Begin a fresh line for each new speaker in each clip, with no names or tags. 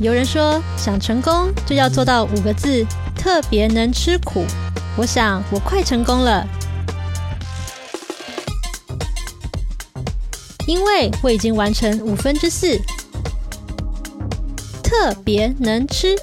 有人说，想成功就要做到五个字：特别能吃苦。我想，我快成功了，因为我已经完成五分之四。特别能吃。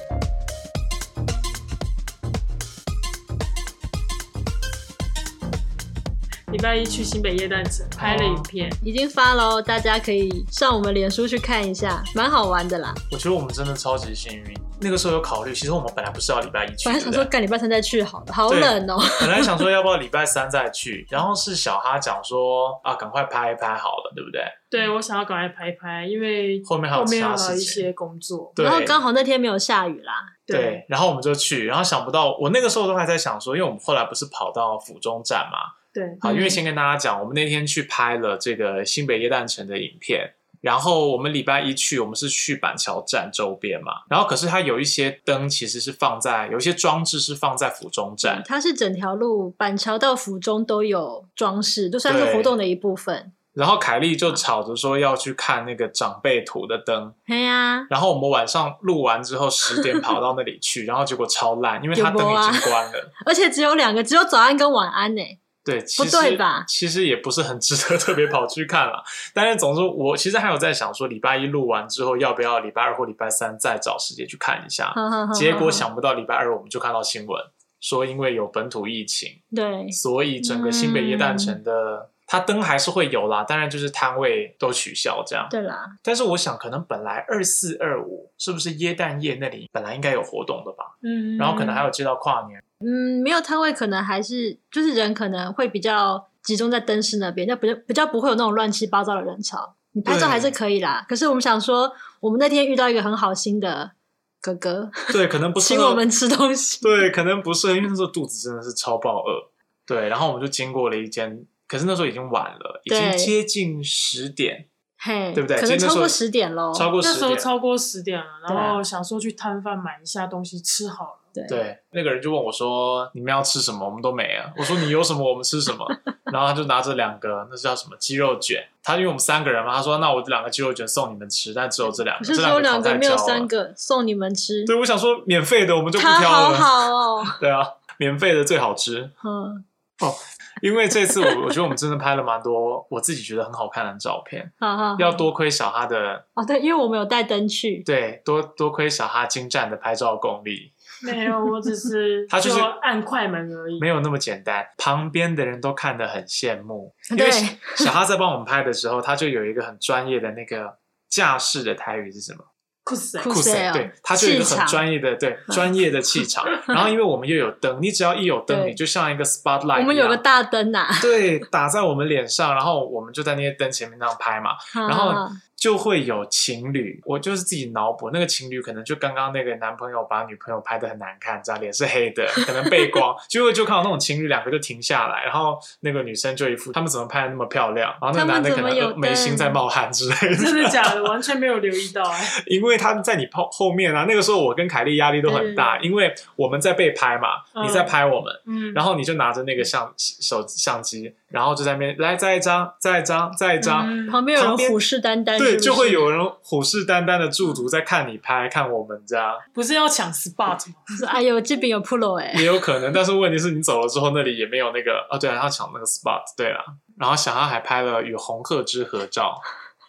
礼拜一去新北夜蛋城拍了影
哦
片，
已经发喽，大家可以上我们脸书去看一下，蛮好玩的啦。
我觉得我们真的超级幸运。那个时候有考虑，其实我们本来不是要礼拜一去，
本来想说
对不对
干礼拜三再去好了，好冷哦、
本来想说要不要礼拜三再去，然后是小哈讲说啊，赶快拍一拍好了，对不对？
对我想要赶快拍一拍，因为
后面还有
后
其
面
他
还有
事
一
情，
些工作。
对
然后刚好那天没有下雨啦，
对，然后我们就去，然后想不到，我那个时候都还在想说，因为我们后来不是跑到府中站嘛，
对
好，
嗯
因为先跟大家讲，我们那天去拍了这个新北耶诞城的影片。然后我们礼拜一去，我们是去板桥站周边嘛。然后可是它有一些灯其实是放在，有一些装置是放在府中站。
它是整条路板桥到府中都有装饰，就算是活动的一部分。
然后凯莉就吵着说要去看那个长辈图的灯。
嘿呀、
然后我们晚上录完之后十点跑到那里去，然后结果超烂，因为它灯
有没有啊
已经关了。
而且只有两个，只有早安跟晚安呢、
对，其实
不对吧
其实也不是很值得特别跑去看了。但是总之，我其实还有在想说，礼拜一录完之后，要不要礼拜二或礼拜三再找时间去看一下？
呵呵呵
结果
呵
想不到礼拜二我们就看到新闻，说因为有本土疫情，
对，
所以整个新北耶诞城
嗯
的。它灯还是会有啦，当然就是摊位都取消这样。
对啦，
但是我想，可能本来二四二五是不是耶诞夜那里本来应该有活动的吧？
嗯，
然后可能还有接到跨年，
嗯，没有摊位，可能还是就是人可能会比较集中在灯饰那边，那比较比较不会有那种乱七八糟的人潮。你拍照
对
还是可以啦，可是我们想说，我们那天遇到一个很好心的哥哥，
对，可能不是
请
那
我们吃东西。
对，可能不是，因为那时候肚子真的是超爆饿。对，然后我们就经过了一间，可是那时候已经晚了，已经
对
接近十点，
嘿，
对不对
可
其
能
实那
超
时候
过十点喽。
超过
那
十
时候
点。
超过十点了，
对啊
然后想说去摊贩买一下东西吃好了。
对，
对，那个人就问我说：“你们要吃什么？我们都没了。”我说：“你有什么，我们吃什么。” 然后他就拿着两个，那是叫什么鸡肉卷？他因为我们三个人嘛，他说：“那我这两个鸡肉卷送你们吃，但只有这两
可
个，
是
这
只有两
个
个，
烤
没有
太焦了
三。个，送你们吃”。
对，我想说免费的我啊们就不
他
挑
好
了，
好哦，
对啊，免费的最好吃。
嗯，
因为这次我我觉得我们真的拍了蛮多我自己觉得很好看的照片。
好好好
要多亏小哈的，
哦，对，因为我们有带灯去，
对，多多亏小哈精湛的拍照功力，
没有，我只是
他就是
就按快门而已。
没有那么简单。旁边的人都看得很羡慕，因为
对
小小哈在帮我们拍的时候，他就有一个很专业的那个架势的台语是什么？
酷死欸！
酷
酷塞，
哦
对，他就有一个
气
很
场
专业的，对，专业的气场。然后因为我们又有灯，你只要一有灯，
对
你就像一个 spotlight，
我们
一啊
有
样
个大灯啊呐。
对打在我们脸上，然后我们就在那些灯前面那样拍嘛。然后
哈哈
就会有情侣，我就是自己脑补，那个情侣可能就刚刚那个男朋友把女朋友拍的很难看，这样脸是黑的，可能背光，就会就看到那种情侣两个就停下来，然后那个女生就一副他们怎么拍的那么漂亮，然后那个
他们
男的可
怎么有
能眉心
灯
在冒汗之 类的，
真的假的？完全没有留意到 哎、
因为他们在你后后面啊，那个时候我跟凯莉压力都很大，因为我们在被拍嘛，
嗯
你在拍我们。
嗯，
然后你就拿着那个相手相机，然后就在那边来再一张，再一张，再一张，
嗯
旁边有人
旁边
虎视眈眈，是
对，
不
就是会有人虎视眈眈的驻足在看你拍，看我们这 样
不是要抢 spot 吗？
说哎呦，这边有 Pro 哎、
也有可能。但是问题是你走了之后，那里也没有那个啊，对啊，他抢那个 spot，对啦。然后小哈还拍了与红鹤之合照，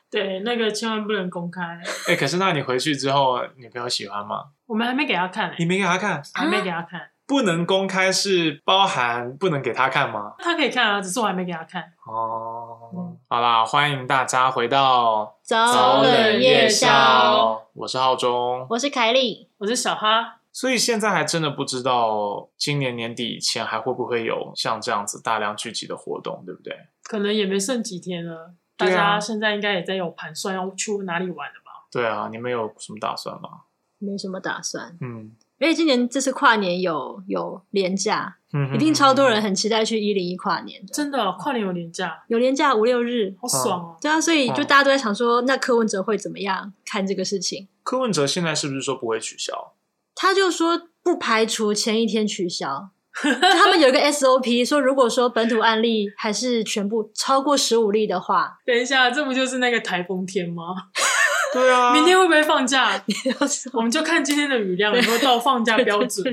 对，那个千万不能公开，
哎，可是那你回去之后，女朋友喜欢吗？
我们还没给他看哎、
你没给她看，
还没给他看，
不能公开是包含不能给她看吗？
他可以看啊，只是我还没给他看。
哦
嗯，
好啦，欢迎大家回到
早
冷夜宵，，
我是浩中，
我是凯莉，
我是小哈，
所以现在还真的不知道今年年底以前还会不会有像这样子大量聚集的活动，对不对？
可能也没剩几天了，大
对啊
家现在应该也在有盘算要去哪里玩了吧？
对啊，你们有什么打算吗？
没什么打算，
嗯，
因为今年这次跨年有有廉假，
嗯
一定超多人很期待去一零一跨年的，
真的哦，跨年有年假，
有廉假五六日，
好爽哦！
对啊，所以就
嗯
大家都在想说，那柯文哲会怎么样看这个事情？
柯文哲现在是不是说不会取消？
他就说不排除前一天取消。他们有一个 SOP 说，如果说本土案例还是全部超过十五例的话，
等一下，这不就是那个台风天吗？
对啊，
明天会不会放假？
要说
我们就看今天的雨量有没有到放假标准。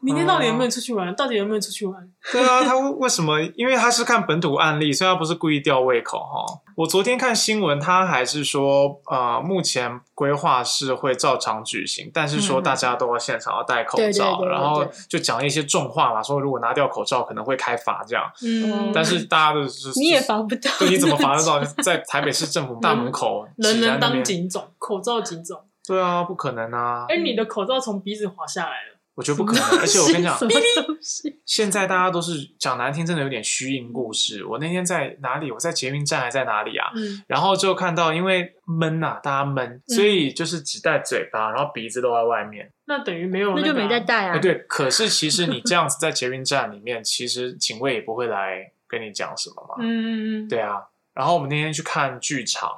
明天到底有没有出去玩？到底有没有出去玩？
对啊，他为为什么？因为他是看本土案例，所以他不是故意吊胃口哈。我昨天看新闻，他还是说，呃，目前规划是会照常举行，但是说
嗯
大家都要现场要戴口
对对
罩，
对对
然后
对
就讲了一些重话嘛，说如果拿掉口罩可能会开罚这样。
嗯
但是大家都是
你也防不到，
对，你怎 么罚得 到？在台北市政府大门口，
人人当
警。
警种，口罩警种。
对啊，不可能啊！
哎、你的口罩从鼻子滑下来了，
我觉得不可能。而且我跟你讲
什，么东西？
现在大家都是讲难听，真的有点虚应故事。我那天在哪里？我在捷运站还在哪里啊？
嗯，
然后就看到，因为闷呐、大家闷，所以就是只戴嘴巴，然后鼻子露在外面。
那等于没有
那
个啊
就没在戴
哎，
啊。
对，可是其实你这样子在捷运站里面，其实警卫也不会来跟你讲什么嘛。
嗯，
对啊。然后我们那天去看剧场，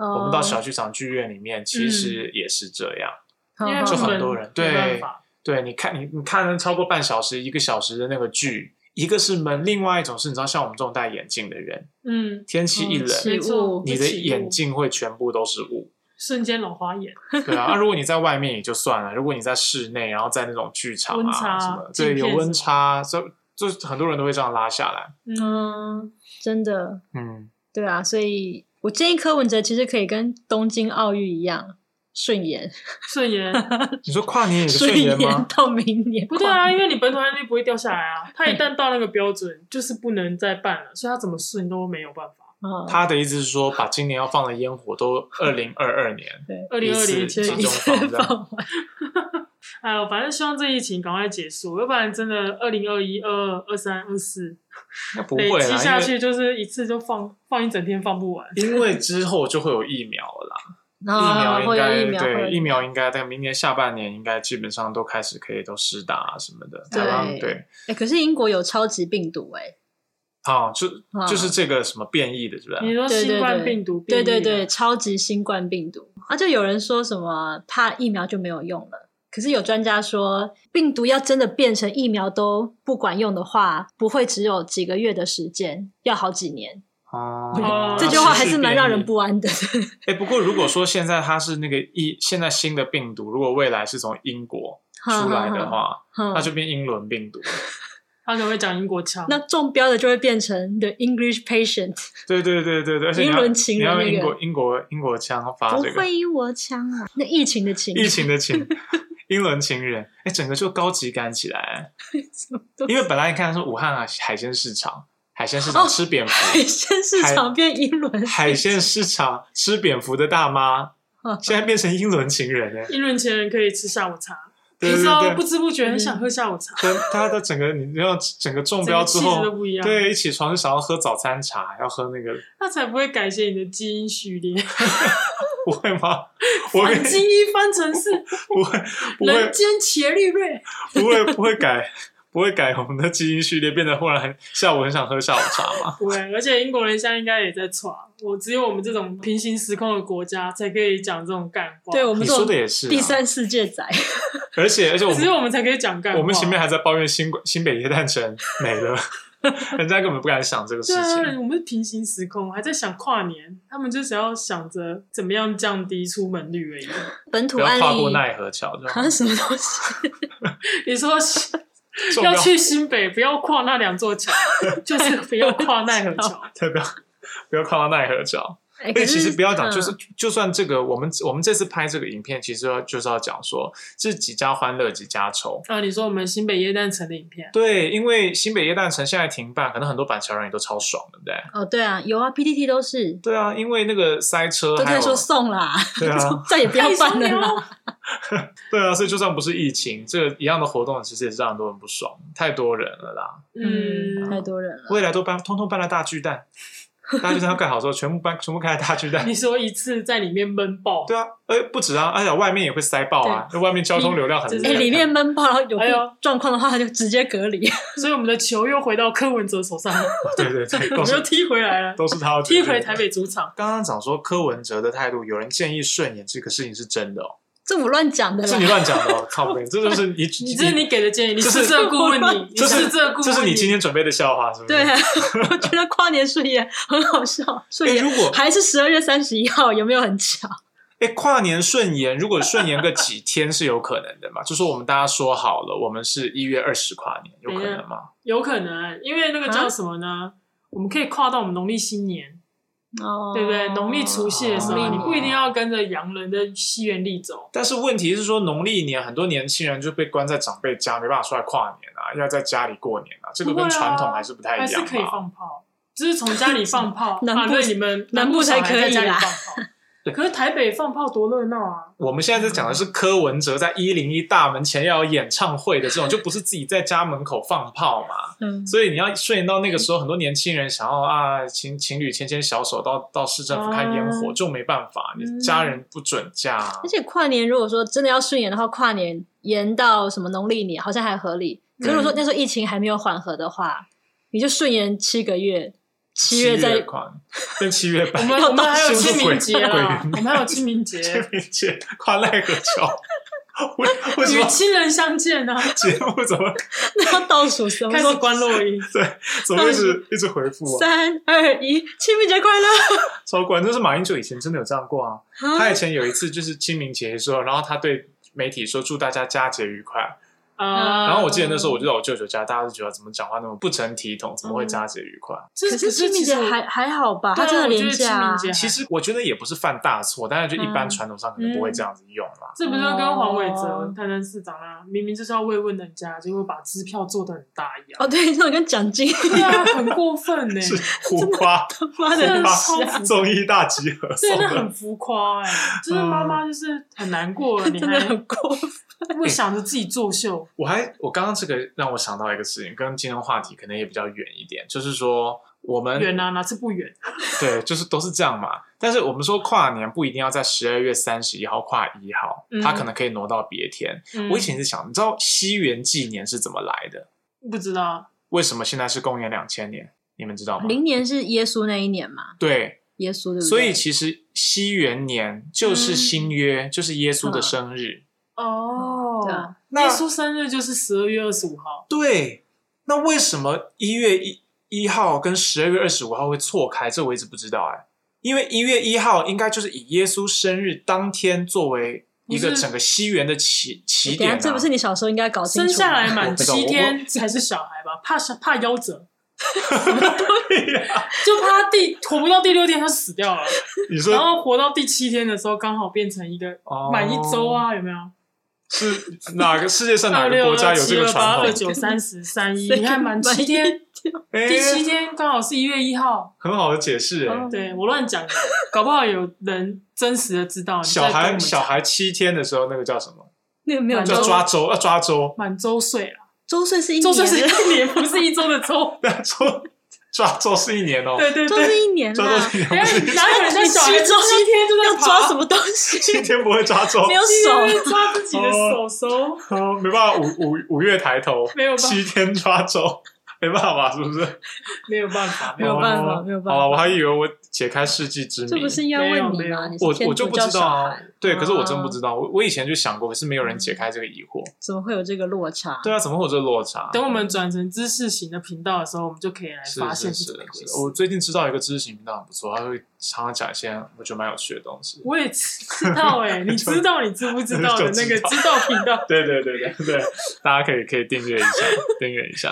哦，
我们到小剧场剧院里面，其实
嗯
也是这样。
好
因为
好
就
他
好
很
们
多人
没办
对
法
对，你看你你看了超过半小时、一个小时的那个剧，一个是闷，另外一种是你知道，像我们这种戴眼镜的人，
嗯，
天气一冷，
哦是
没错
雾
你的眼
睛
镜会全部都是雾。
瞬间老花眼，
对啊，啊如果你在外面也就算了，如果你在室内，然后在那种剧场
温
啊
差
什么的，
镜
对，有
片什
温
么
差，所以就是很多人都会这样拉下来。
嗯，真的，
嗯，
对啊，所以我建议柯文哲其实可以跟东京奥运一样顺延，
顺延。
你说跨年也是
顺
顺延吗？
到明年。
不对啊，因为你本土案例不会掉下来 啊，他一旦到那个标准，就是不能再办了，所以他怎么顺都没有办法。
哦，
他的意思是说，把今年要放的烟火都二零二二年
对，
二零
一
二
次
零
就
集
一
中
次
放这样。
放完，
哎呦，反正希望这疫情赶快结束，要不然真的二零二一、二二、二三、二四
那不
累
会
积下
啦，因为
去，就是一次就放放一整天放不完。
因为之后就会有疫苗了啦。
然
疫苗
哦后啊
应
会有
该
疫苗，会有
对疫苗应该在明年下半年应该基本上都开始可以都施打啊什么的。
对
台湾对，
哎，可是英国有超级病毒哎，
啊，就
啊
就是这个什么变异的，是不
你
是？
说
对对
新冠
对
病毒
对对
变异
对，
啊
了，
超级新冠病毒啊，就有人说什么怕疫苗就没有用了。可是有专家说，病毒要真的变成疫苗都不管用的话，不会只有几个月的时间，要好几年。
哦
这句话还是蛮让人。
那试试变异
不安的。
哎，不过如果说现在它是那个疫，现在新的病毒，如果未来是从英国
嗯
出来的话，
那
那就变英伦病毒。
他可能会讲英国腔。
那中标的就会变成 the English patient，
对对对对对，而且你
英
要
伦情
你
人
要
那
用
个
英国英国英国腔发
不
啊这个
会英国腔啊。那疫情的情，
疫情的情， 英伦情人，哎，整个就高级感起来。
什么都
因为本来你看说武汉啊海鲜市场，海鲜市
哦
场吃蝙 蝠，
海鲜市场变英伦，
海鲜市场吃蝙蝠的大妈，现在变成英伦情人哎、
英伦前人可以吃下午茶，
对
平
对
时
对
不知不觉很想喝下午茶，
跟他的整个你嗯要整个中
整
标
个
之
气质
后，
都不一样。，
对，一起床就想要喝早餐茶，要喝那个
他才不会改写你的基因序列，
不会吗？我
反
跟
基因方程式，
不会不会
人间伽利略。
不会不会改不会改我们的基因序列，变得忽然很下午很想喝下午茶吗？
对，而且英国人现在应该也在耍，我只有我们这种平行时空的国家才可以讲这种干话，
对我们
你
这
说
种
的也是、啊，
第，三世界仔，
而且而且我
只
们
有我们才可以讲干话。
我们前面还在抱怨新新北耶诞城没了，人家根本不敢想这个事
对
情。
啊，我们是平行时空，还在想跨年，他们就只要想着怎么样降低出门率而 已。
本土
不要
案
跨过
例
奈何桥，就
好像什么东西，
你说是
中
要
标
去新北，不要跨那两座桥， 就是不要跨奈何 桥。
对，不要不要跨到奈何桥。
哎
而且
可
其实不要讲，
嗯
就是就算这个，我们我们这次拍这个影片，其实要就是要讲说，是几家欢乐几家愁。
啊，你说我们新北耶诞城的影片，
对，因为新北耶诞城现在停办，可能很多板桥人也都超爽，对不对？
哦，对啊，有啊，PTT 都是
对啊，因为那个塞车，
都
还有
在说 送啦，
对啊，
再也不要办了
太爽
啦。嗯
了
对啊，所以就算不是疫情，这个一样的活动其实也是让很多人不爽，太多人了啦。
嗯，太
嗯，
多人了，
未来都办，通通办了大巨蛋，大巨蛋要盖好之后，全部搬，全部开大巨蛋
你。说一次在里面闷爆，
对啊，哎，不止啊，而且外面也会塞爆啊，那外面交通流量很
就是
哎，
厉害
里面闷爆，然后有
哎呦
状况的话就直接隔离。
所以我们的球又回到柯文哲 手上了。
对对对，
我
都
们又
是
踢回来了，
都是他的
踢
决定
回台。北主场。
刚刚讲说柯文哲的态度，有人建议顺眼这个事情是真的哦，
这我乱讲的
是你
啦，
乱讲的哦， 靠背，这就是 你
你
你
这是你给的建议，你
这是
是这顾问你， 你
这是
这顾问，
这是你今天准备的笑话是不是？
对啊， 我觉得跨年顺延很好笑，顺
哎，
延
如果
还是十二月三十一号，有没有很巧？
哎、哎，跨年顺延，如果顺延个几天是有可能的嘛？就说我们大家说好了，我们是一月二十跨年，有可能吗？
有可能，因为那个
啊
叫什么呢？我们可以跨到我们农历新年，
哦，
对不对？农历除夕的时
哦
候，你不一定要跟着洋人的西元历走。
但是问题是说，农历年很多年轻人就被关在长辈家，没办法出来跨年啊，要在家里过年啊，这个
不会
跟
啊
传统还是不太一
还
样
是可以
吧
放炮，就是从家里放炮
南
啊，
部
对你们
南部
小
才
孩
可以
在家里
啦
放炮
对
可是台北放炮多热闹啊！
我们现在在讲的是柯文哲在一零一大门前要有演唱会的这种，就不是自己在家门口放炮嘛。
嗯，
所以你要顺延到那个时候，很多年轻人想要啊情情侣牵牵小手到到市政府看烟
啊
火，
哦
就没办法，你
嗯
家人不准假啊。
而且跨年如果说真的要顺延的话，跨年延到什么农历年好像还合理。可是如果
嗯
说那时候疫情还没有缓和的话，你就顺延七个月，七月嗯再
款跟七月
我
半，
们我们还有清明节
鬼
啦
鬼，
我们还有清 明节，
清明节跨奈何桥， 为为什
与
么
亲人相见啊！
节目怎么
那要倒数什么
开
时
始
候？
关洛音，
对怎么一直一直回复啊？
三二一，清明节快乐！
超管，这是马英九以前真的有这样过啊。他以前有一次就是清明节的时候，然后他对媒体说祝大家佳节愉快。
呃
啊！
然后我记得那时候我就在我舅舅家，大家就觉得怎么讲话那么不成体统，怎么
嗯
会佳节愉快？
这，
可
可
是清明
其实
节
我
还还好吧，
对
他
啊
真的
我觉
廉
得清
价啊
明。节还
其实我觉得也不是犯大错，但是就一般
嗯
传统上可能不会这样子用啦。
这不就跟黄伟哲
哦、
台南市长啊，明明就是要慰问人家，结果把支票做的很大一
哦，
样，
对，那种跟奖金，
对啊，很过分 呢，
是胡瓜
妈的，
真
很
的
傻
啊超
胡瓜 综艺大集合
对，
送
那
的嗯
很。浮夸哎、就是妈妈就是很难过，你
真的
还
很过 分。
会想着自己作秀，
我还我刚刚这个让我想到一个事情，跟今天话题可能也比较远一点，就是说我们
远啊，哪次不远？
对，就是都是这样嘛。但是我们说跨年不一定要在十二月三十一号跨一号，
嗯
它可能可以挪到别天。
嗯
我以前是想，你知道西元纪年是怎么来的？
不知道，
为什么现在是公元两千年？你们知道吗？
零年是耶稣那一年嘛？
对，
耶稣对不对？
所以其实西元年
嗯
就是新约，就是耶稣的生日。
哦
对啊
那
嗯耶稣生日就是十二月二十五号，
对，那为什么一月一一号跟十二月二十五号会错开？这我一直不知道哎、因为一月一号应该就是以耶稣生日当天作为一个
不是哎
整个西元的起
等一
起点、
下
啊。
这不是你小时候应该搞清
生
楚。
下来满
我不懂
七天才是小孩吧？怕怕夭 折，就怕他第活不到第六天他死掉了，
你
然
说
后活到第七天的时候刚好变成一个
哦
哦满一周啊，有没有？
是哪个世界上哪
二
个
六
国家
二
有
七
这个
二八
传
二
统？
九三十三一，
谁
你看
跟
满
满
七
一
天。
哎
第七天刚好是一月一号，
很好的解释、哎
哦
对我乱讲的，搞不好有人真实的知道。你再
小
跟我
孩
们讲
小孩七天的时候，那个叫什么？
那个没有
满
叫
周
抓周，要呃抓周，。
满周岁了，
周岁是一年，
周岁 是一年，不是一周的周
那周抓周是一年哦、
对对
周岁
对，
是一年
抓周
啦
是。一年，
哎
不，是
哪有人家小孩
你
七
七周
天就
要
在
抓什
么？
么东西？
七天不会抓周
没，有
因为
手，
抓自己的手手，
哦，没办法，五五五月抬头，
没有办法
七天抓周，没办法，是不是？
没有办法，
没有办法
哦
没有办法
好了，我还以为我解开世纪之谜，
这不是应该问
没
你
有
吗？
没
你是
我
天
我就
主
不
教
知
小
道啊
孩，。
对，可是我真不知道，我我以前就想过，可是没有人
嗯
解开这个疑惑。
怎么会有这个落差？
对啊，怎么会有这个落差？
等我们转成知识型的频道的时候，我们就可以来
是
发
是
现
是
怎么一回
是，我
事。
最近知道一个知识型频道很不错，他会常常讲一些我觉得蛮有趣的东西。
我也知道 哎，你知道你知不知道的那个
就
知道频道，
对对对对对，大家可以可以订阅一下，订阅一下。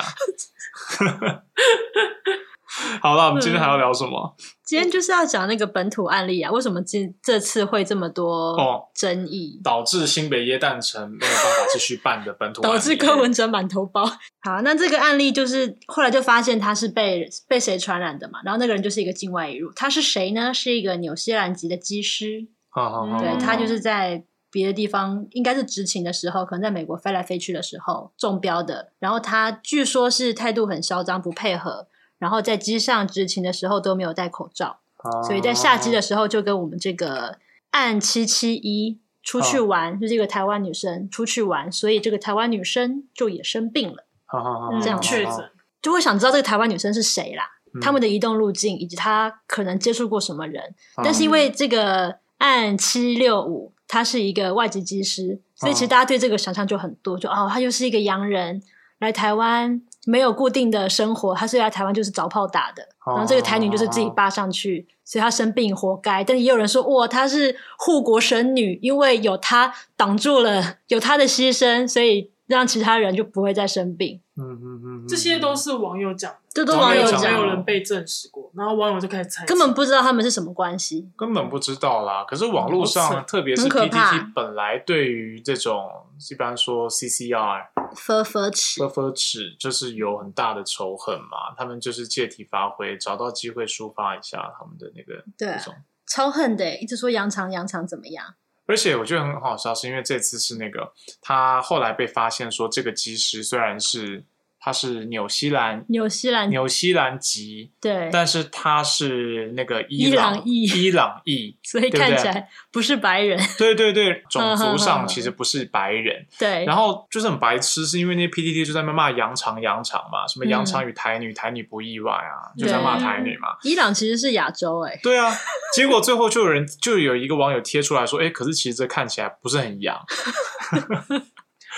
好了，我们今天还要聊什么？
今天就是要讲那个本土案例啊，为什么这这次会这么
哦
多争议，
导致新北耶诞城没有办法继续办的本土案例，
导致柯文哲满头包。好，那这个案例就是后来就发现他是被被谁传染的嘛，然后那个人就是一个境外移入，他是谁呢？是一个纽西兰籍的机师，
好好好，
对
嗯
他就是在别的地方，应该是执勤的时候，可能在美国飞来飞去的时候中标的。然后他据说是态度很嚣张，不配合，然后在机上执勤的时候都没有戴口罩，所
哦
以在下机的时候就跟我们这个按七七一出去玩，就是一个台湾女生出去玩，所以这个台湾女生就也生病了，
好好好
嗯
这样啊
确诊，
就会想知道这个台湾女生是谁啦，他们的移动路径以及她可能接触过什么人。但是因为这个案七六五，他是一个外籍技师，所以其实
哦
大家对这个想象就很多，就哦，他又是一个洋人来台湾没有固定的生活，他所以来台湾就是找炮打的。然后这个台女就是自
啊
己扒上去，所以她生病活该。但也有人说，哇，她是护国神女，因为有她挡住了，有她的牺牲，所以让其他人就不会再生病。
嗯嗯嗯，
这些都是网友讲的，
这都嗯
网
网
友
友
讲
没
讲
有
的，
人被证实过，然后网友就开始猜测，
根本不知道他们是什么关系。
根本不知道啦。可是网络
好扯
上，特别是
哦很可怕
PTT 本来对于这种一般说 CCR
呵呵齿
科科尺就是有很大的仇恨嘛，他们就是借题发挥，找到机会抒发一下他们的那个
对
那
啊
种。
超恨的，欸一直说羊肠羊肠怎么样？
而且我觉得很好笑，是因为这次是那个他后来被发现说，这个机师虽然是他是纽西兰
纽西兰
纽西兰籍，
对，
但是他是那个
伊朗
朗
裔
伊朗裔，
所以
对不
看
对
起来不是白人。
对 对对，种
呵呵
族上
呵
其实不是白人，
对，
然后就是很白痴，是因为那些 PTT 就在那骂洋肠洋肠嘛，什么洋肠与台女，台女不意外啊，就在骂台女嘛。
伊朗其实是亚洲，哎，
对啊，结果最后就有人就有一个网友贴出来说，哎，可是其实这看起来不是很洋，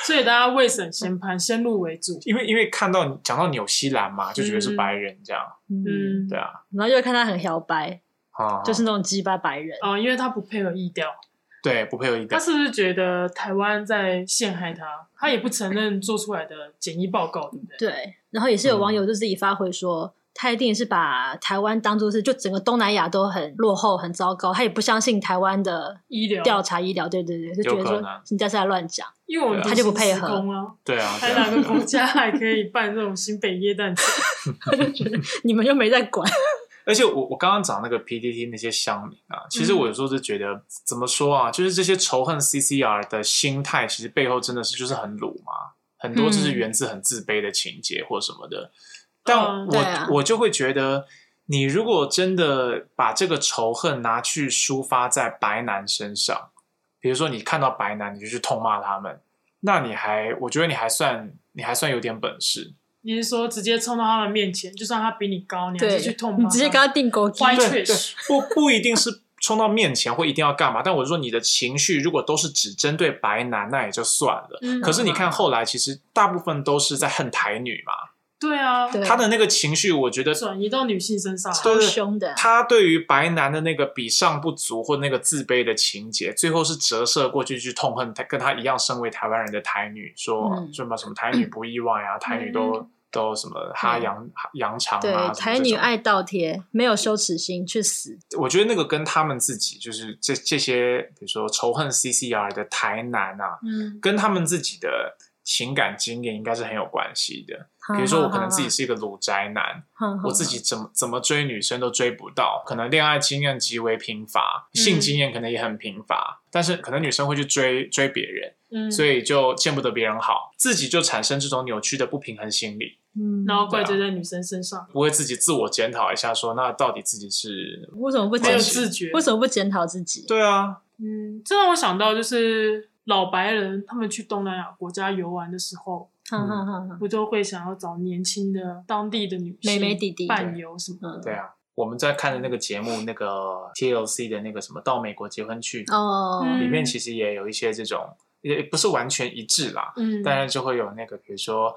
所以大家未审先判，先入为主。
因为因为看到讲到纽西兰嘛，就觉得是白人这样，
嗯，
嗯，
对啊，
然后又看他很摇摆，
啊、
就是那种鸡巴白
哦
人。
啊、因为他不配合意调，
对不配有一
他
点，
是不是觉得台湾在陷害他？他也不承认做出来的检疫报告，对不对？
对，然后也是有
嗯
网友就自己发回说，他一定是把台湾当做是就整个东南亚都很落后、很糟糕，他也不相信台湾的
医疗，
调查医疗，对对对，就觉得
有可
说
能
人家是在乱讲。
因为我们
他就不配合
都是职工 啊，
对啊，对
还
啊
哪个国家还可以办这种新北耶诞节？
你们又没在管，
而且我我刚刚讲那个 PTT 那些乡民啊，其实
嗯
我有时候就觉得、怎么说啊，就是这些仇恨 CCR 的心态，其实背后真的是就是很鲁嘛，很多就是
嗯
源自很自卑的情节或什么的。但
嗯
我、
对啊
我就会觉得，你如果真的把这个仇恨拿去抒发在白男身上，比如说你看到白男你就去痛骂他们，那你还我觉得你还算你还算有点本事，
你是说直接冲到他们面前，就算他比你高，你还
对，
是去痛骂他？
你直接跟他定狗基，
坏
对
确
对
实，
不不一定是冲到面前或一定要干嘛，但我说你的情绪如果都是只针对白男，那也就算了。
嗯
可是你看后来，其实大部分都是在恨台女嘛，
对啊，
对
他的那个情绪，我觉得
转移到女性身上啊，
对
超
对
凶的。
他对于白男的那个比上不足或那个自卑的情节，最后是折射过去去痛恨他跟他一样身为台湾人的台女，说
嗯
什么什么台女不意外啊，台女都都什么哈洋洋肠啊，
对
什么，
台
这
女
种
爱倒贴，没有羞耻心，去死！
我觉得那个跟他们自己，就是这这些，比如说仇恨 CCR 的台南啊，
嗯，
跟他们自己的情感经验应该是很有关系的。
嗯
比如说，我可能自己是一个鲁宅男，我自己怎么怎么追女生都追不到，可能恋爱经验极为贫乏，
嗯
性经验可能也很贫乏，但是可能女生会去追追别人，
嗯，
所以就见不得别人好，自己就产生这种扭曲的不平衡心理，
嗯，
然后
啊
怪罪在女生身上，
不会自己自我检讨一下说那到底自己是
为什么不
没有
检
自觉，
为什么不检讨自己？
对啊，
嗯，这让我想到就是老白人他们去东南亚国家游玩的时候，
哈哈哈哈！
不都会想要找年轻的当地的女性
妹妹弟弟
伴游什么的？
嗯
对啊，我们在看的那个节目，那个 TLC 的那个什么《到美国结婚去》
哦，
嗯
里面其实也有一些这种，也不是完全一致啦，
嗯，
当然就会有那个，比如说。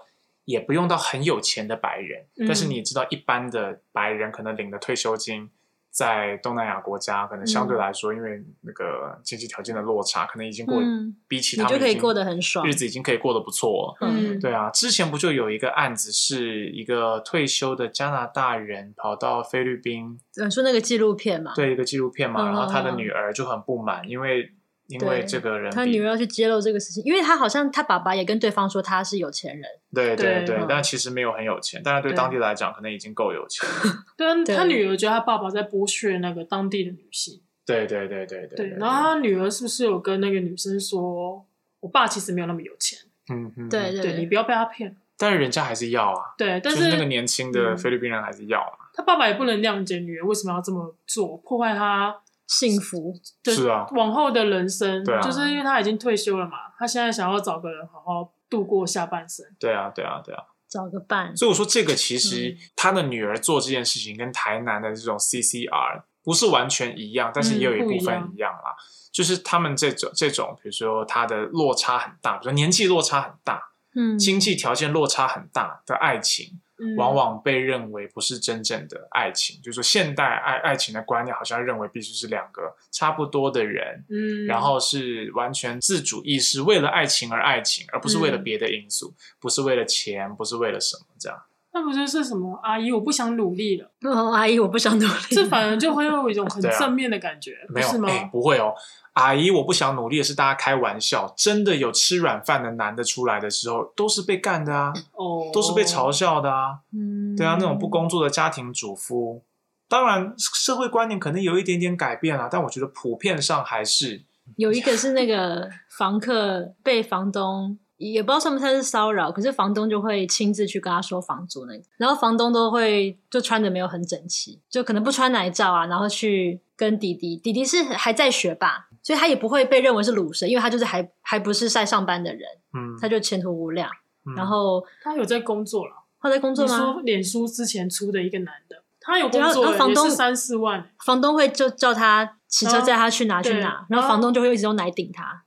也不用到很有钱的白人，
嗯
但是你知道，一般的白人可能领的退休金，在东南亚国家可能相
嗯
对来说，因为那个经济条件的落差，可能已经过、
嗯
比起
你
他们
就可
已
以
经
过得很爽嗯
日。子已经可以过得不错了。
嗯，
对啊，之前不就有一个案子，是一个退休的加拿大人跑到菲律宾
嗯，说那个纪录片嘛，
对一个纪录片嘛，
嗯
然后他的女儿就很不满，因为因为
对
这个人比，
他女儿要去揭露这个事情，因为他好像他爸爸也跟对方说他是有钱人，
对对
对
对
嗯，
但其实没有很有钱，但是对
对
当地来讲，可能已经够有钱了。
对啊，
对
他女儿觉得他爸爸在剥削那个当地的女性，
对对对对
对，
对。
然后他女儿是不是有跟那个女生说，我爸其实没有那么有钱，
嗯嗯，嗯
对，对
对你，不要被他骗，
但是人家还是要啊，
对，但
就是那个年轻
嗯
的菲律宾人还是要啊，
他爸爸也不能谅解女儿为什么要这么做，破坏他
幸福，
对
是啊，
往后的人生，
对啊
就是因为他已经退休了嘛，他现在想要找个人好好度过下半生。
对啊，对啊，对啊。
找个伴，
所以我说，这个其实
嗯
他的女儿做这件事情跟台南的这种 CCR 不是完全一样，但是也有一部分
嗯不
一样啦。就是他们这种这种，比如说他的落差很大，比如说年纪落差很大，
嗯，
经济条件落差很大的爱情，
嗯
往往被认为不是真正的爱情。就是说，现代爱爱情的观念好像认为必须是两个差不多的人，
嗯，
然后是完全自主意识，为了爱情而爱情，而不是为
嗯
了别的因素，不是为了钱，不是为了什么这样。
那不就是什么阿姨，我不想努力了，
哦，阿姨，我不想努力。
这反而就会有一种很
对啊
正面的感觉，
没有，
不是吗？
哎不会哦。阿姨，我不想努力，是大家开玩笑。真的有吃软饭的男的出来的时候，都是被干的啊，
哦，
都是被嘲笑的啊。
嗯，
对啊，那种不工作的家庭主妇，当然社会观念可能有一点点改变啊，但我觉得普遍上还是
有一个是那个房客被房东。也不知道算不算是骚扰，可是房东就会亲自去跟他说房租那个，然后房东都会就穿的没有很整齐，就可能不穿奶罩啊，然后去跟弟弟，弟弟是还在学吧，所以他也不会被认为是鲁神，因为他就是还还不是在上班的人，
嗯，
他就前途无量。
嗯
然后
他有在工作了。
他在工作
你
吗
说？脸书之前出的一个男的，他有工
对
作
啊
欸，
那房东
也是三四万，
房东会就叫他骑车
嗯
载他去哪去
对
哪，然
嗯
后房东就会一直用奶顶他。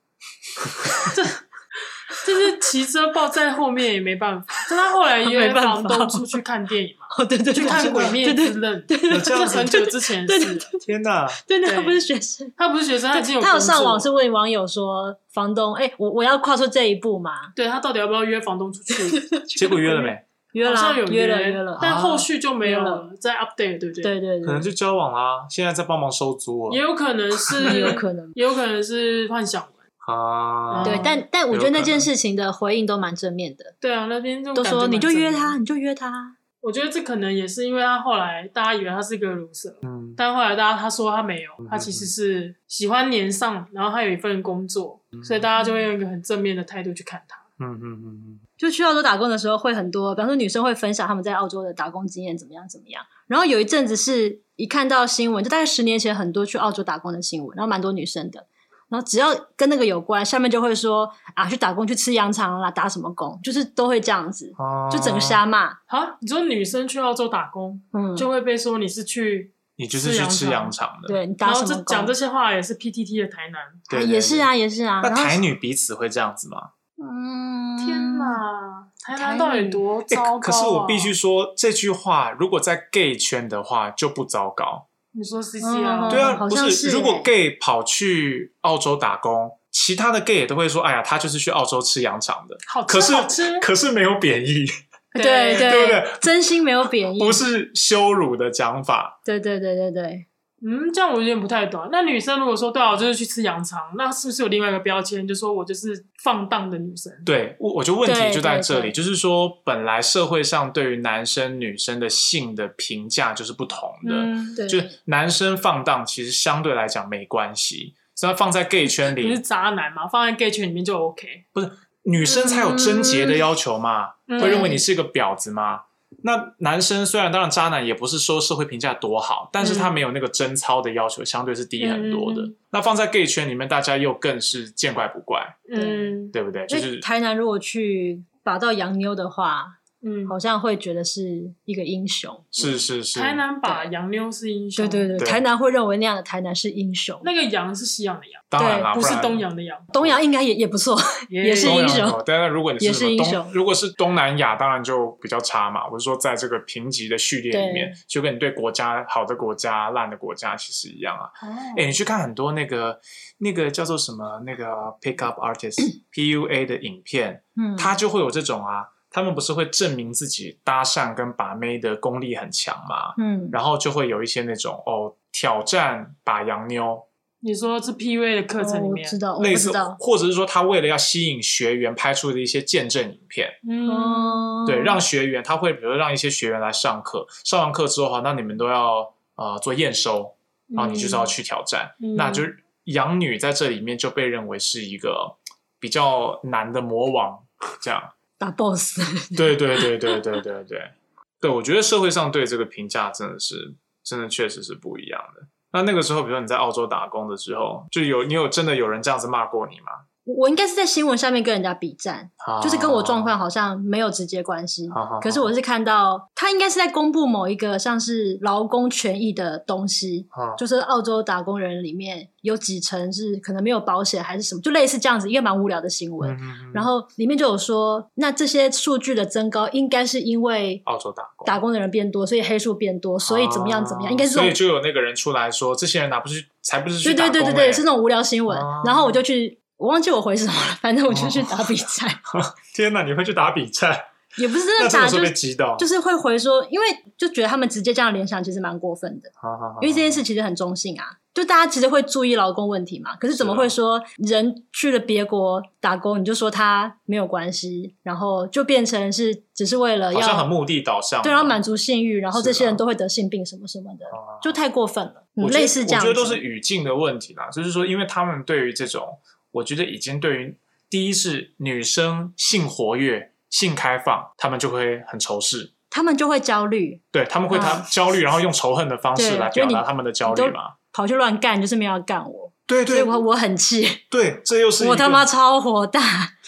就是骑车抱在后面也没办法。但他后来 约
没办法
房东出去看电影嘛，
哦，对对
去
对，
看《鬼灭
对对
之刃》，
对对，
这样
这
子
很久之前
对
的
对
事。
天哪，
对对，
对
他不是学生。
他不是学生，他已经有
他有
工作
上网是问网友说，房东，哎、我我要跨出这一步嘛？
对他到底要不要约房东出去？
结果约了没？
约
好
了啊，
像有
约了，
约
约了。
但
啊
后续就没有
约
了，再 update，对不对？
对对对，
可能就交往啦、现在在帮忙收租
也有可能是，
也 有可能。
也有可能是幻想文。
啊，
对
嗯，
但但我觉得
有可能
那件事情的回应都蛮正面的，
对啊，那边就
都
感觉
说
蛮
你就
正
约
面
他，。你就约他，
我觉得这可能也是因为他后来大家以为他是个 loser，
嗯，
但后来大家他说他没有
嗯，
他其实是喜欢年上，然后他有一份工作，所以大家就会用一个很正面的态度去看他。
嗯嗯嗯
就去澳洲打工的时候会很多，比方说女生会分享他们在澳洲的打工经验怎么样怎么样。然后有一阵子是一看到新闻，就大概十年前很多去澳洲打工的新闻，然后蛮多女生的。然后只要跟那个有关，下面就会说啊，去打工去吃羊肠啦，打什么工，就是都会这样子
嗯，，啊，
就整个瞎骂。
好，你说女生去澳洲打工，
嗯，
就会被说你是去，
你就是去吃
吃
羊
羊
肠的，
对你打
然
什么
后这
工？
讲这些话也是 PTT 的台南。
对
啊
对
也是啊，也是啊。
那
然后
台女彼此会这样子吗？
嗯，
天！哪，台
台
南
女
到底多
欸
糟糕啊！
可是我必须说，这句话如果在 gay 圈的话就不糟糕。
你说 C C 啊，
嗯
对啊，
好
不
像是
如果
欸
gay 跑去澳洲打工，其他的 gay 也都会说：“哎呀，他就是去澳洲吃羊肠的。
好”吃
可是
好
嗯
吃，
可是没有贬义，
对对
对
对不对
真心没有贬义，
不是羞辱的讲法。
对对对对对，
嗯，这样我有点不太懂。那女生如果说对啊，我就是去吃羊肠，那是不是有另外一个标签，就说我就是放荡的女生？
对，我我觉得问题
对
就在
对
这里，
对
就是说，本来社会上对于男生女生的性的评价就是不同的。
嗯，
对，
就是男生放荡，其实相对来讲没关系，只要放在 gay 圈
你是
里，
渣男嘛，放在 gay 圈里面就 OK。
女生才有贞洁的要求嘛，
嗯
会认为你是一个婊子嘛。那男生虽然当然渣男，也不是说社会评价多好，但是他没有那个贞操的要求，相对是低很多的。
嗯
那放在 gay 圈里面，大家又更是见怪不怪，
嗯
对不对？就
所
是
以台南如果去把到洋妞的话，
嗯，
好像会觉得是一个英雄。
是是是，
台南把洋妞是英雄，
对对对，
对
台南会认为那样的台南是英雄。
那个洋是西洋的洋，
当然
对
啦，
不是
啊然
东洋的洋，
东阳应该也也不错，也是
东
英
洋
雄
有但是如果你是
也
什么
是英
东，
雄
如果是东南亚，当然就比较差嘛。我是说，在这个评级的序列里面，就跟你对国家好的国家、烂的国家其实一样啊。哎、你去看很多那个那个叫做什么那个 pickup artist PUA 的影片，
嗯，
他就会有这种啊。他们不是会证明自己搭讪跟把妹的功力很强嘛？
嗯，
然后就会有一些那种哦挑战把洋妞，
你说是 P V 的课程里
哦我
面
知，哦道，我
类
不
似
知道，，
或者是说他为了要吸引学员拍出的一些见证影片。
嗯，
哦，
对，让学员他会，比如说让一些学员来上课，上完课之后哈，那你们都要呃做验收，然后你就是要去挑战，
嗯
那就是养女在这里面就被认为是一个比较难的魔王，这样。
打 boss，
对对对对对对对，对我觉得社会上对这个评价真的是，真的确实是不一样的。那那个时候，比如说你在澳洲打工的时候，就有你有真的有人这样子骂过你吗？
我应该是在新闻上面跟人家比战，
啊
就是跟我状况好像没有直接关系。
好好好
可是我是看到他应该是在公布某一个像是劳工权益的东西，
啊
就是澳洲打工人里面有几成是可能没有保险还是什么，就类似这样子一个蛮无聊的新闻。
嗯嗯嗯
然后里面就有说，那这些数据的增高应该是因为
澳洲打工，
打工的人变多，所以黑数变多，所以怎么样怎么样，
啊
应该是这
所以
种
就有那个人出来说，这些人哪不是才不是
对
去
对
打
对对
工
对，
欸
是那种无聊新闻。
哦
然后我就去，我忘记我回什么了，反正我就去打比赛，
天哪，你会去打比赛？
也不是真
那
的
这
打，
种
就
说被
是
击倒，
就是会回说，因为就觉得他们直接这样联想其实蛮过分的，
好好好
因为这件事其实很中性啊。就大家其实会注意劳工问题嘛，可是怎么
是啊
会说人去了别国打工，你就说他没有关系，然后就变成是只是为了
好像很
呃要
目的导向，
对，然后满足性欲，然后
是
这些人
啊
都会得性病什么什么的，
啊
就太过分了，嗯
我觉得
类似这样
我
子。
觉得都是语境的问题啦，就是说，因为他们对于这种，我觉得已经对于第一是女生性活跃、性开放，他们就会很仇视。
他们就会焦虑，
对他们会他
啊
焦虑，然后用仇恨的方式
对
来
就
表
是
达
你
他们的焦虑嘛？
跑去乱干，就是没有要干我。
对
所以
对
我我很气，
对，这又是一
我
个
他妈超火大，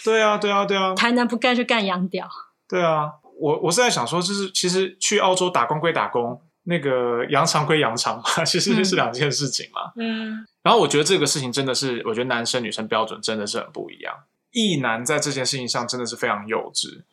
对啊对啊对啊
台南不干就干洋屌，
对啊！我我是在想说，就是其实去澳洲打工归打工，那个扬长归扬长嘛，其实就是
嗯
两件事情嘛。
嗯，
然后我觉得这个事情真的是，我觉得男生女生标准真的是很不一样。异男在这件事情上真的是非常幼稚。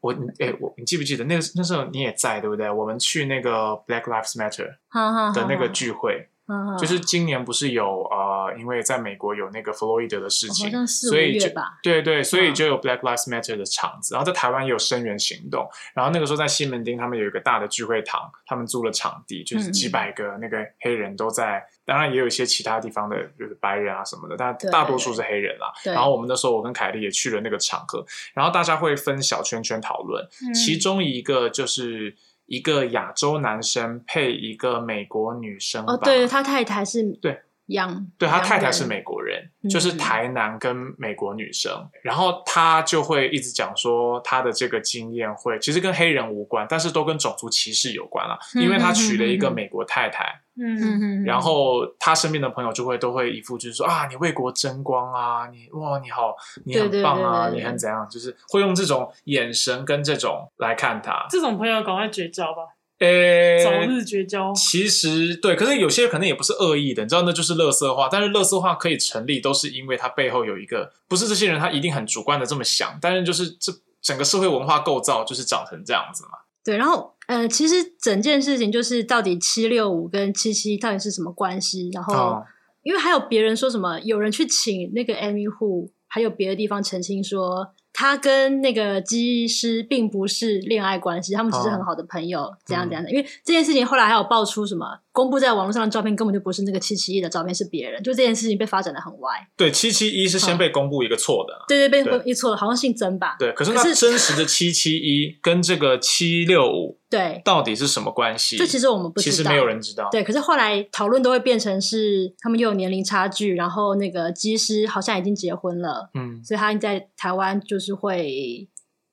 我你哎、我你记不记得那个那时候你也在对不对？我们去那个 Black Lives Matter
哈哈哈
的那个聚会，
哈
就是今年不是有呃，因为在美国有那个弗洛伊德的事
哦
情，
好像四五
所以
月
就
吧
对对，所以
嗯
就有 Black Lives Matter 的场子，然后在台湾也有声援行动，然后那个时候在西门町他们有一个大的聚会堂，他们租了场地，就是
嗯
几百个那个黑人都在，当然也有一些其他地方的，就是白人啊什么的，但
对
大多数是黑人啦。
对
然后我们那时候我跟凯莉也去了那个场合，然后大家会分小圈圈讨论，
嗯
其中一个就是一个亚洲男生配一个美国女生吧，
哦，对，他太太是
对
洋，
对他
洋
太太
人
是，美国人，
嗯
就是台南跟美国女生，然后他就会一直讲说他的这个经验会其实跟黑人无关，但是都跟种族歧视有关了，
嗯
因为他娶了一
嗯
个
嗯嗯嗯
美国太太，
嗯，
嗯嗯，
然后他身边的朋友就会都会一副就是说啊，你为国争光啊，你哇你好，你
对
很
对
棒啊，
对对对
你很怎样，就是会用这种眼神跟这种来看他，
这种朋友赶快绝交吧，
呃，
早日绝交。
其实对，可是有些可能也不是恶意的，你知道那就是乐色化。但是乐色化可以成立，都是因为它背后有一个，不是这些人他一定很主观的这么想，但是就是这整个社会文化构造就是长成这样子嘛。
对，然后呃，其实整件事情就是到底七六五跟七七到底是什么关系，然后
哦，
因为还有别人说什么，有人去请那个 Amy Hu，还有别的地方澄清说。他跟那个技师并不是恋爱关系，他们只是
哦
很好的朋友，怎样
嗯
怎样的。因为这件事情后来还有爆出什么，公布在网络上的照片根本就不是那个七七一的照片，是别人。就这件事情被发展的很歪，
对，七七一是先被公布一个错的，
对对，被
对
一错了，好像姓曾吧？
对。可是
可
那
是
真实的七七一跟这个七六五
对，
到底是什么关系？
就其实我们不知
其
道，
实没有人知道。
对，可是后来讨论都会变成是他们又有年龄差距，然后那个技师好像已经结婚了，
嗯，
所以他在台湾就是会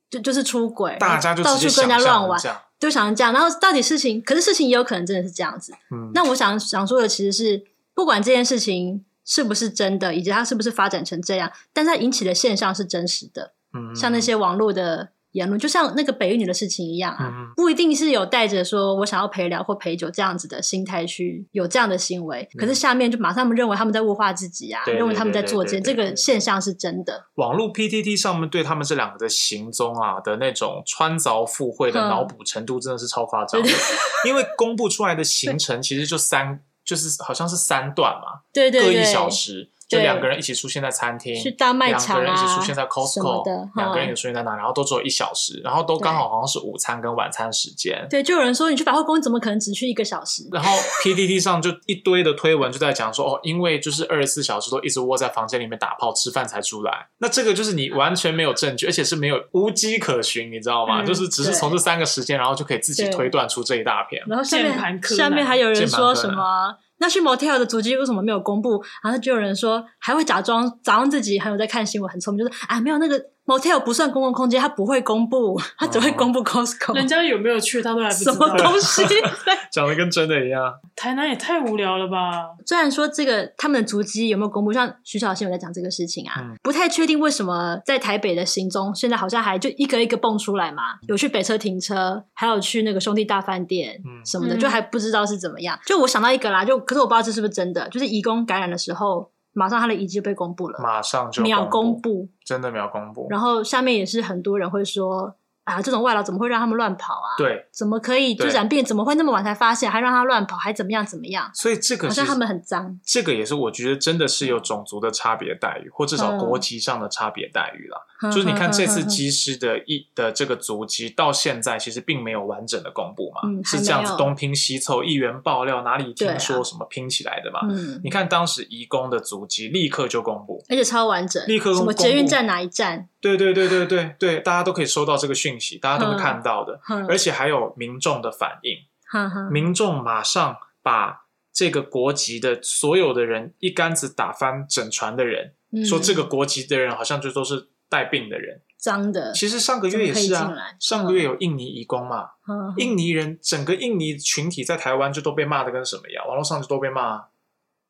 就就是出轨，
大家就
到
直
处
接
跟人
想
家乱
象
玩
成，这样。
就想成这样。然后到底事情，可是事情也有可能真的是这样子。
嗯，
那我想想说的其实是，不管这件事情是不是真的，以及它是不是发展成这样，但它引起的现象是真实的。
嗯
像那，些网络的言论，就像那个北一女的事情一样啊，
嗯
不一定是有带着说我想要陪聊或陪酒这样子的心态去有这样的行为，可是下面就马上他们认为他们在物化自己啊，
嗯对对
认为他们在作
对
奸，
对
这
对
个现象是真的。
网络 PTT 上面对他们这两个的行踪啊的那种穿凿附会的
嗯
脑补程度真的是超夸张的
对，
因为公布出来的 行程其实就三，就是好像是三段嘛，
对对
各一
对，
小时，就
对
两个人一起出现在餐厅，
去大卖
两
场
个人一起
啊
出现在
什么
Costco，
的
两个人一
嗯
起出现在那，然后都只有一小时，然后都刚好好像是午餐跟晚餐时间。
对，就有人说你去百货公司怎么可能只去一个小时？
然后 PDD 上就一堆的推文就在讲说，哦，因为就是二十四小时都一直窝在房间里面打炮吃饭才出来，那这个就是你完全没有证据，而且是没有无迹可循，你知道吗？
嗯
就是只是从这三个时间，然后就可以自己
对
推断出这一大片。
然后下
键盘
面
柯
下面
南
还有人
键盘
说
柯
什
南
么？那去 motel 的足迹为什么没有公布？然后就有人说还会假装假装自己很有在看新闻，很聪明，就是啊没有那个 motel 不算公共空间，它不会公布，它只会
哦
公布 Costco。
人家有没有去，他都还不知
什么
道。
东 西？
讲的跟真的一样。
台南也太无聊了吧？
虽然说这个他们的足迹有没有公布，像徐小新有在讲这个事情啊，
嗯
不太确定为什么在台北的行踪现在好像还就一个一个蹦出来
嗯
嘛，有去北车停车，还有去那个兄弟大饭店
嗯
什么的，
嗯
就还不知道是怎么样。就我想到一个啦，就可是我不知道这是不是真的，就是移工感染的时候，马上他的遗迹就被公布了，
马上就
秒
公
公，布，
真的秒公布。
然后下面也是很多人会说啊，这种外劳怎么会让他们乱跑啊？
对，
怎么可以就
对
染病？怎么会那么晚才发现？还让他乱跑？还怎么样怎么样？
所以这个
好
是
像他们很脏。
这个也是我觉得真的是有种族的差别待遇，或至少
嗯
国籍上的差别待遇啦。就是你看这次机师的一的这个足迹，到现在其实并没有完整的公布嘛，
嗯
是
还没
这样子
有
东拼西凑，议员爆料哪里
对啊
听说什么拼起来的嘛。
嗯，
你看当时移工的足迹立刻就公布，
而且超完整，
立刻
什么
公布
捷运站哪一站？
对对对对对对，大家都可以收到这个讯息，大家都会
嗯
看到的，
哼
而且还有民众的反应，
哼哼，
民众马上把这个国籍的所有的人一竿子打翻整船的人，
嗯
说这个国籍的人好像就都是带病的人。
脏的，
其实上个月也
怎么可以
是
进
啊
来，
上个月有印尼移工嘛，
哼
印尼人整个印尼群体在台湾就都被骂的跟什么一样，网络上就都被骂啊。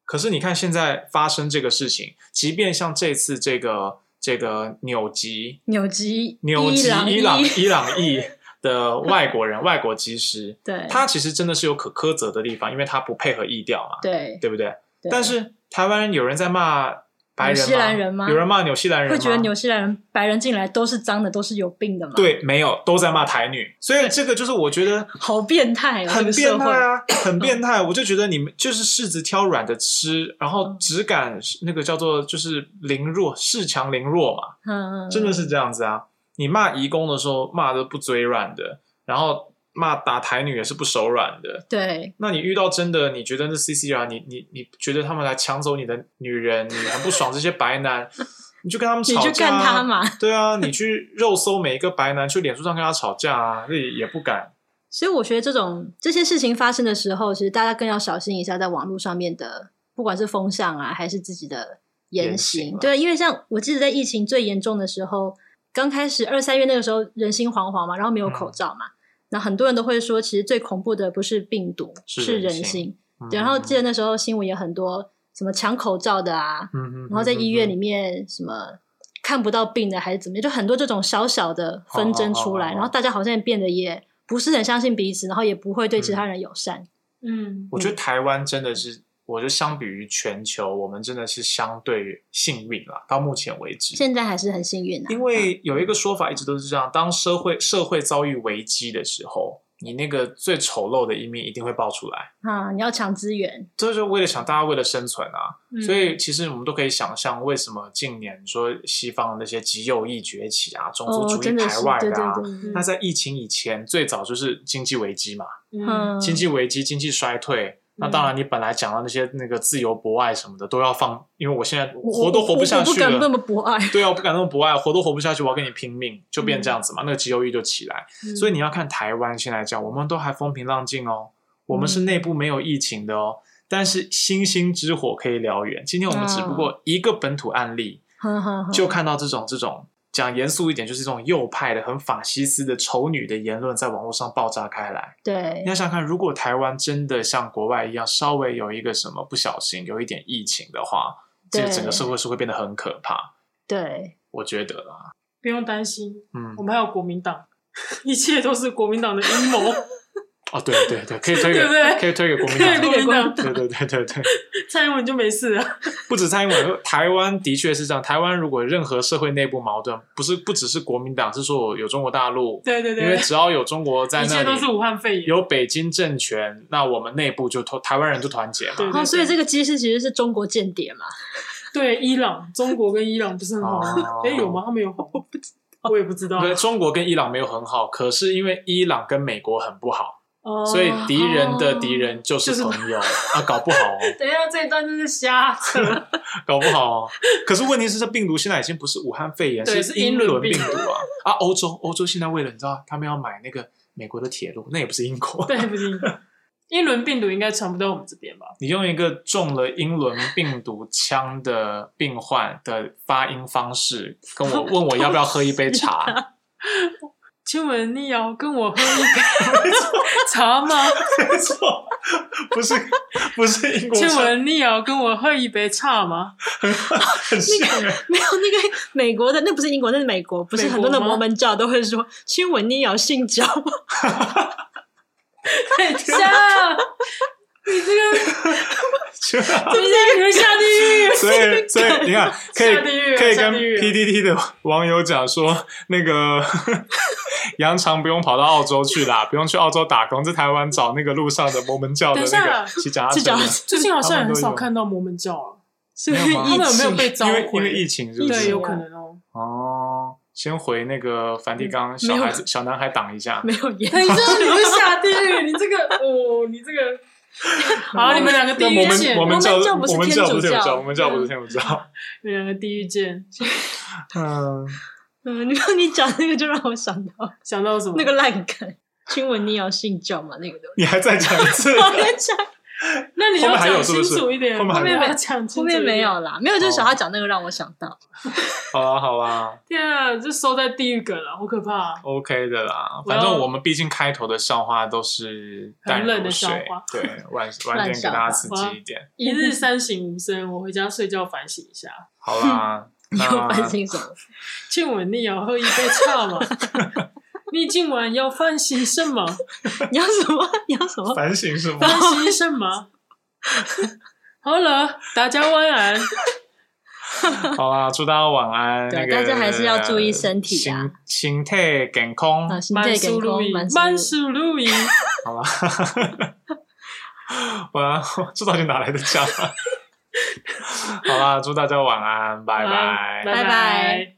可是你看现在发生这个事情，即便像这次这个这个纽籍
纽吉
纽籍伊朗
伊
伊朗裔的外国人外国技师，
对，
他其实真的是有可苛责的地方，因为他不配合意调嘛，
对，
对不对？
对
但是台湾有人在骂白人吗？
纽西兰人吗
有人骂纽西兰人吗？
会觉得纽西兰人白人进来都是脏的，都是有病的嘛？，
对，没有，都在骂台女，所以这个就是我觉得
好变态哦，这
很
个
变
社
态
会。嗯
啊，很变态。我就觉得你们就是柿子挑软的吃，然
嗯
后只敢那个叫做就是凌弱，恃强凌弱嘛，
嗯，嗯
真的是这样子啊。你骂移工的时候骂的不嘴软的，然后骂打台女也是不手软的。
对，
那你遇到真的，你觉得那 C C R，你你你觉得他们来抢走你的女人，你很不爽这些白男， 你就跟他们
你
吵架、啊，
去干他嘛。
对啊，你去肉搜每一个白男，去脸书上跟他吵架啊，那也不敢。
所以我觉得这种这些事情发生的时候，其实大家更要小心一下，在网络上面的，不管是风向啊，还是自己的言
言
行。
行啊
对，因为像我记得在疫情最严重的时候，刚开始二三月那个时候，人心惶惶嘛，然后没有口罩嘛，那很多人都会说，其实最恐怖的不是病毒，
是
人
人
心。
性嗯
对，然后记得那时候新闻也很多，什么抢口罩的啊，
嗯哼，
然后在医院里
嗯
面什么看不到病的还是怎么样，就很多这种小小的纷争出来，
好好好好
然后大家好像也变得也不是很相信彼此，然后也不会对其他人友善。
嗯，
我觉得台湾真的是，我觉得相比于全球，我们真的是相对幸运啦。到目前为止，
现在还是很幸运啊，
因为有一个说法一直都是这样：当社会社会遭遇危机的时候，你那个最丑陋的一面一定会爆出来。
啊，你要抢资源，
这就是为了想大家为了生存啊，
嗯
所以其实我们都可以想象，为什么近年说西方那些极右翼崛起啊，种族
哦，
主义
真的
排
是
外
对
的啊，
对对，
那在疫情以前，最早就是经济危机嘛，
嗯
嗯，
经济危机、经济衰退。那当然，你本来讲到那些那个自由博爱什么的，都要放，因为我现在
我
活都活不下
我不
去
敢那么
了。
博爱，嗯
对啊，我不敢那么博爱，活都活不下去，我要跟你拼命，就变这样子嘛。那个极右翼就起来，
嗯
所以你要看台湾现在这样，我们都还风平浪静哦，我们是
嗯
内部没有疫情的哦。但是星星之火可以燎原，今天我们只
啊
不过一个本土案例，
哈
嗯
哈哈
就看到这种这种讲严肃一点，就是这种右派的很法西斯的丑女的言论在网络上爆炸开来。
对
你要想想看，如果台湾真的像国外一样，稍微有一个什么不小心有一点疫情的话，这个
对
整个社会是会变得很可怕。
对，
我觉得啦，
不用担心，
嗯
我，们还有国民党， 一切都是国民党的阴谋，
哦，对对对，可以推给
对不对
可以推给国民
可以
党，
国民党，
对对对对对，
蔡英文就没事了。
不止蔡英文，台湾的确是这样。台湾如果任何社会内部矛盾，不是不只是国民党，是说有中国大陆，
对对
因为
对，
只要有中国在
一
那
切
里，
都是武汉肺炎。
有北京政权，那我们内部就团台湾人就团结嘛。
对
哦，所以这个机师其实是中国间谍嘛，
对，伊朗，中国跟伊朗不是很好
哦
吗？哎，有吗？他们有好？我不知，我也不知道。
对中国跟伊朗没有很好，可是因为伊朗跟美国很不好，
哦
所以敌人的敌人就是
就是
朋友啊，搞不好 哦，
等一下，这一段就是瞎扯。
搞不好哦。可是问题是，这病毒现在已经不是武汉肺炎，
对
是
是英
轮
伦病
病毒啊啊！欧洲欧洲现在为了你知道，他们要买那个美国的铁路，那也不是英国，
对，不行。 英伦病毒应该传不到我们这边吧？
你用一个中了英伦病毒枪的病患的发音方式跟我问我要不要喝一杯茶，
亲吻你要跟我喝一杯茶吗？
没错，不是不是英国
亲
腔，
吻你要跟我喝一杯茶吗？
很像欸
没有那个美国的，那不是英国，那是美国，不是
美国
很多的
吗
摩门教都会说亲吻你也要性交吗？
等一下，你这 个
就
对不对？你会下地狱。
啊所以，所以你看，可以
下地狱啊
可以
下
跟
地狱啊
PDD 的网友讲说，那个 杨常不用跑到澳洲去啦，不用去澳洲打工，在台湾找那个路上的摩门教的
等一
那
下啊
个骑脚踏
是
车
讲
的，
最近好像也很少看到摩门教啊，
是不是
没有吗
疫
他们有没有
情
被召
因为因为
回？
疫情是不
对，
是
有？可能哦。
哦，先回那个梵蒂冈
没
小
有
孩子小男孩挡一 下，
没有演
等一下， 你会下地狱！你这个，哦，你这个，好，你们两个地
那
狱
我们
见，
我们教
摩门教不是
我们教不是
天主教
我们教不是天主教，
你们两个地狱见。
嗯，
嗯，你你讲那个就让我想到
想到什么？
那个烂梗，亲吻你也要性交嘛，那个东西。。
你还再讲一次
我在讲
啊那你要
后面还有
讲
是不
清
是
楚一点，
后面还有
面没有讲清楚，
后面没。有啦，没有，就是小他讲那个让我想到，
好啦好啦
天啊，这收在地狱梗了，好可怕啊、
，OK 的啦，
我要
反正我们毕竟开头的笑话都是淡
很冷
如
的笑
水
话，
对， 晚晚点给
笑
大家
话
刺激一点。
一日三省吾身，我回家睡觉反省一下。
好啦，
你有
那
反省什么？
今晚你要喝一杯 茶吗？你今晚要反省什么？
你要什么？ 你要什 么？
反省什么？
反省什么？好了，大家晚安。
好啦，祝大家晚安。
对
那个
大家还是要注意身体啊
心心态健康。
啊，心
慢
态
速
健
录
康，
音，
蛮
慢速录音。
好啦，晚安。 这到底哪来 的讲啊？好啦，祝大家晚安，拜
晚
拜。
安
拜
拜
拜。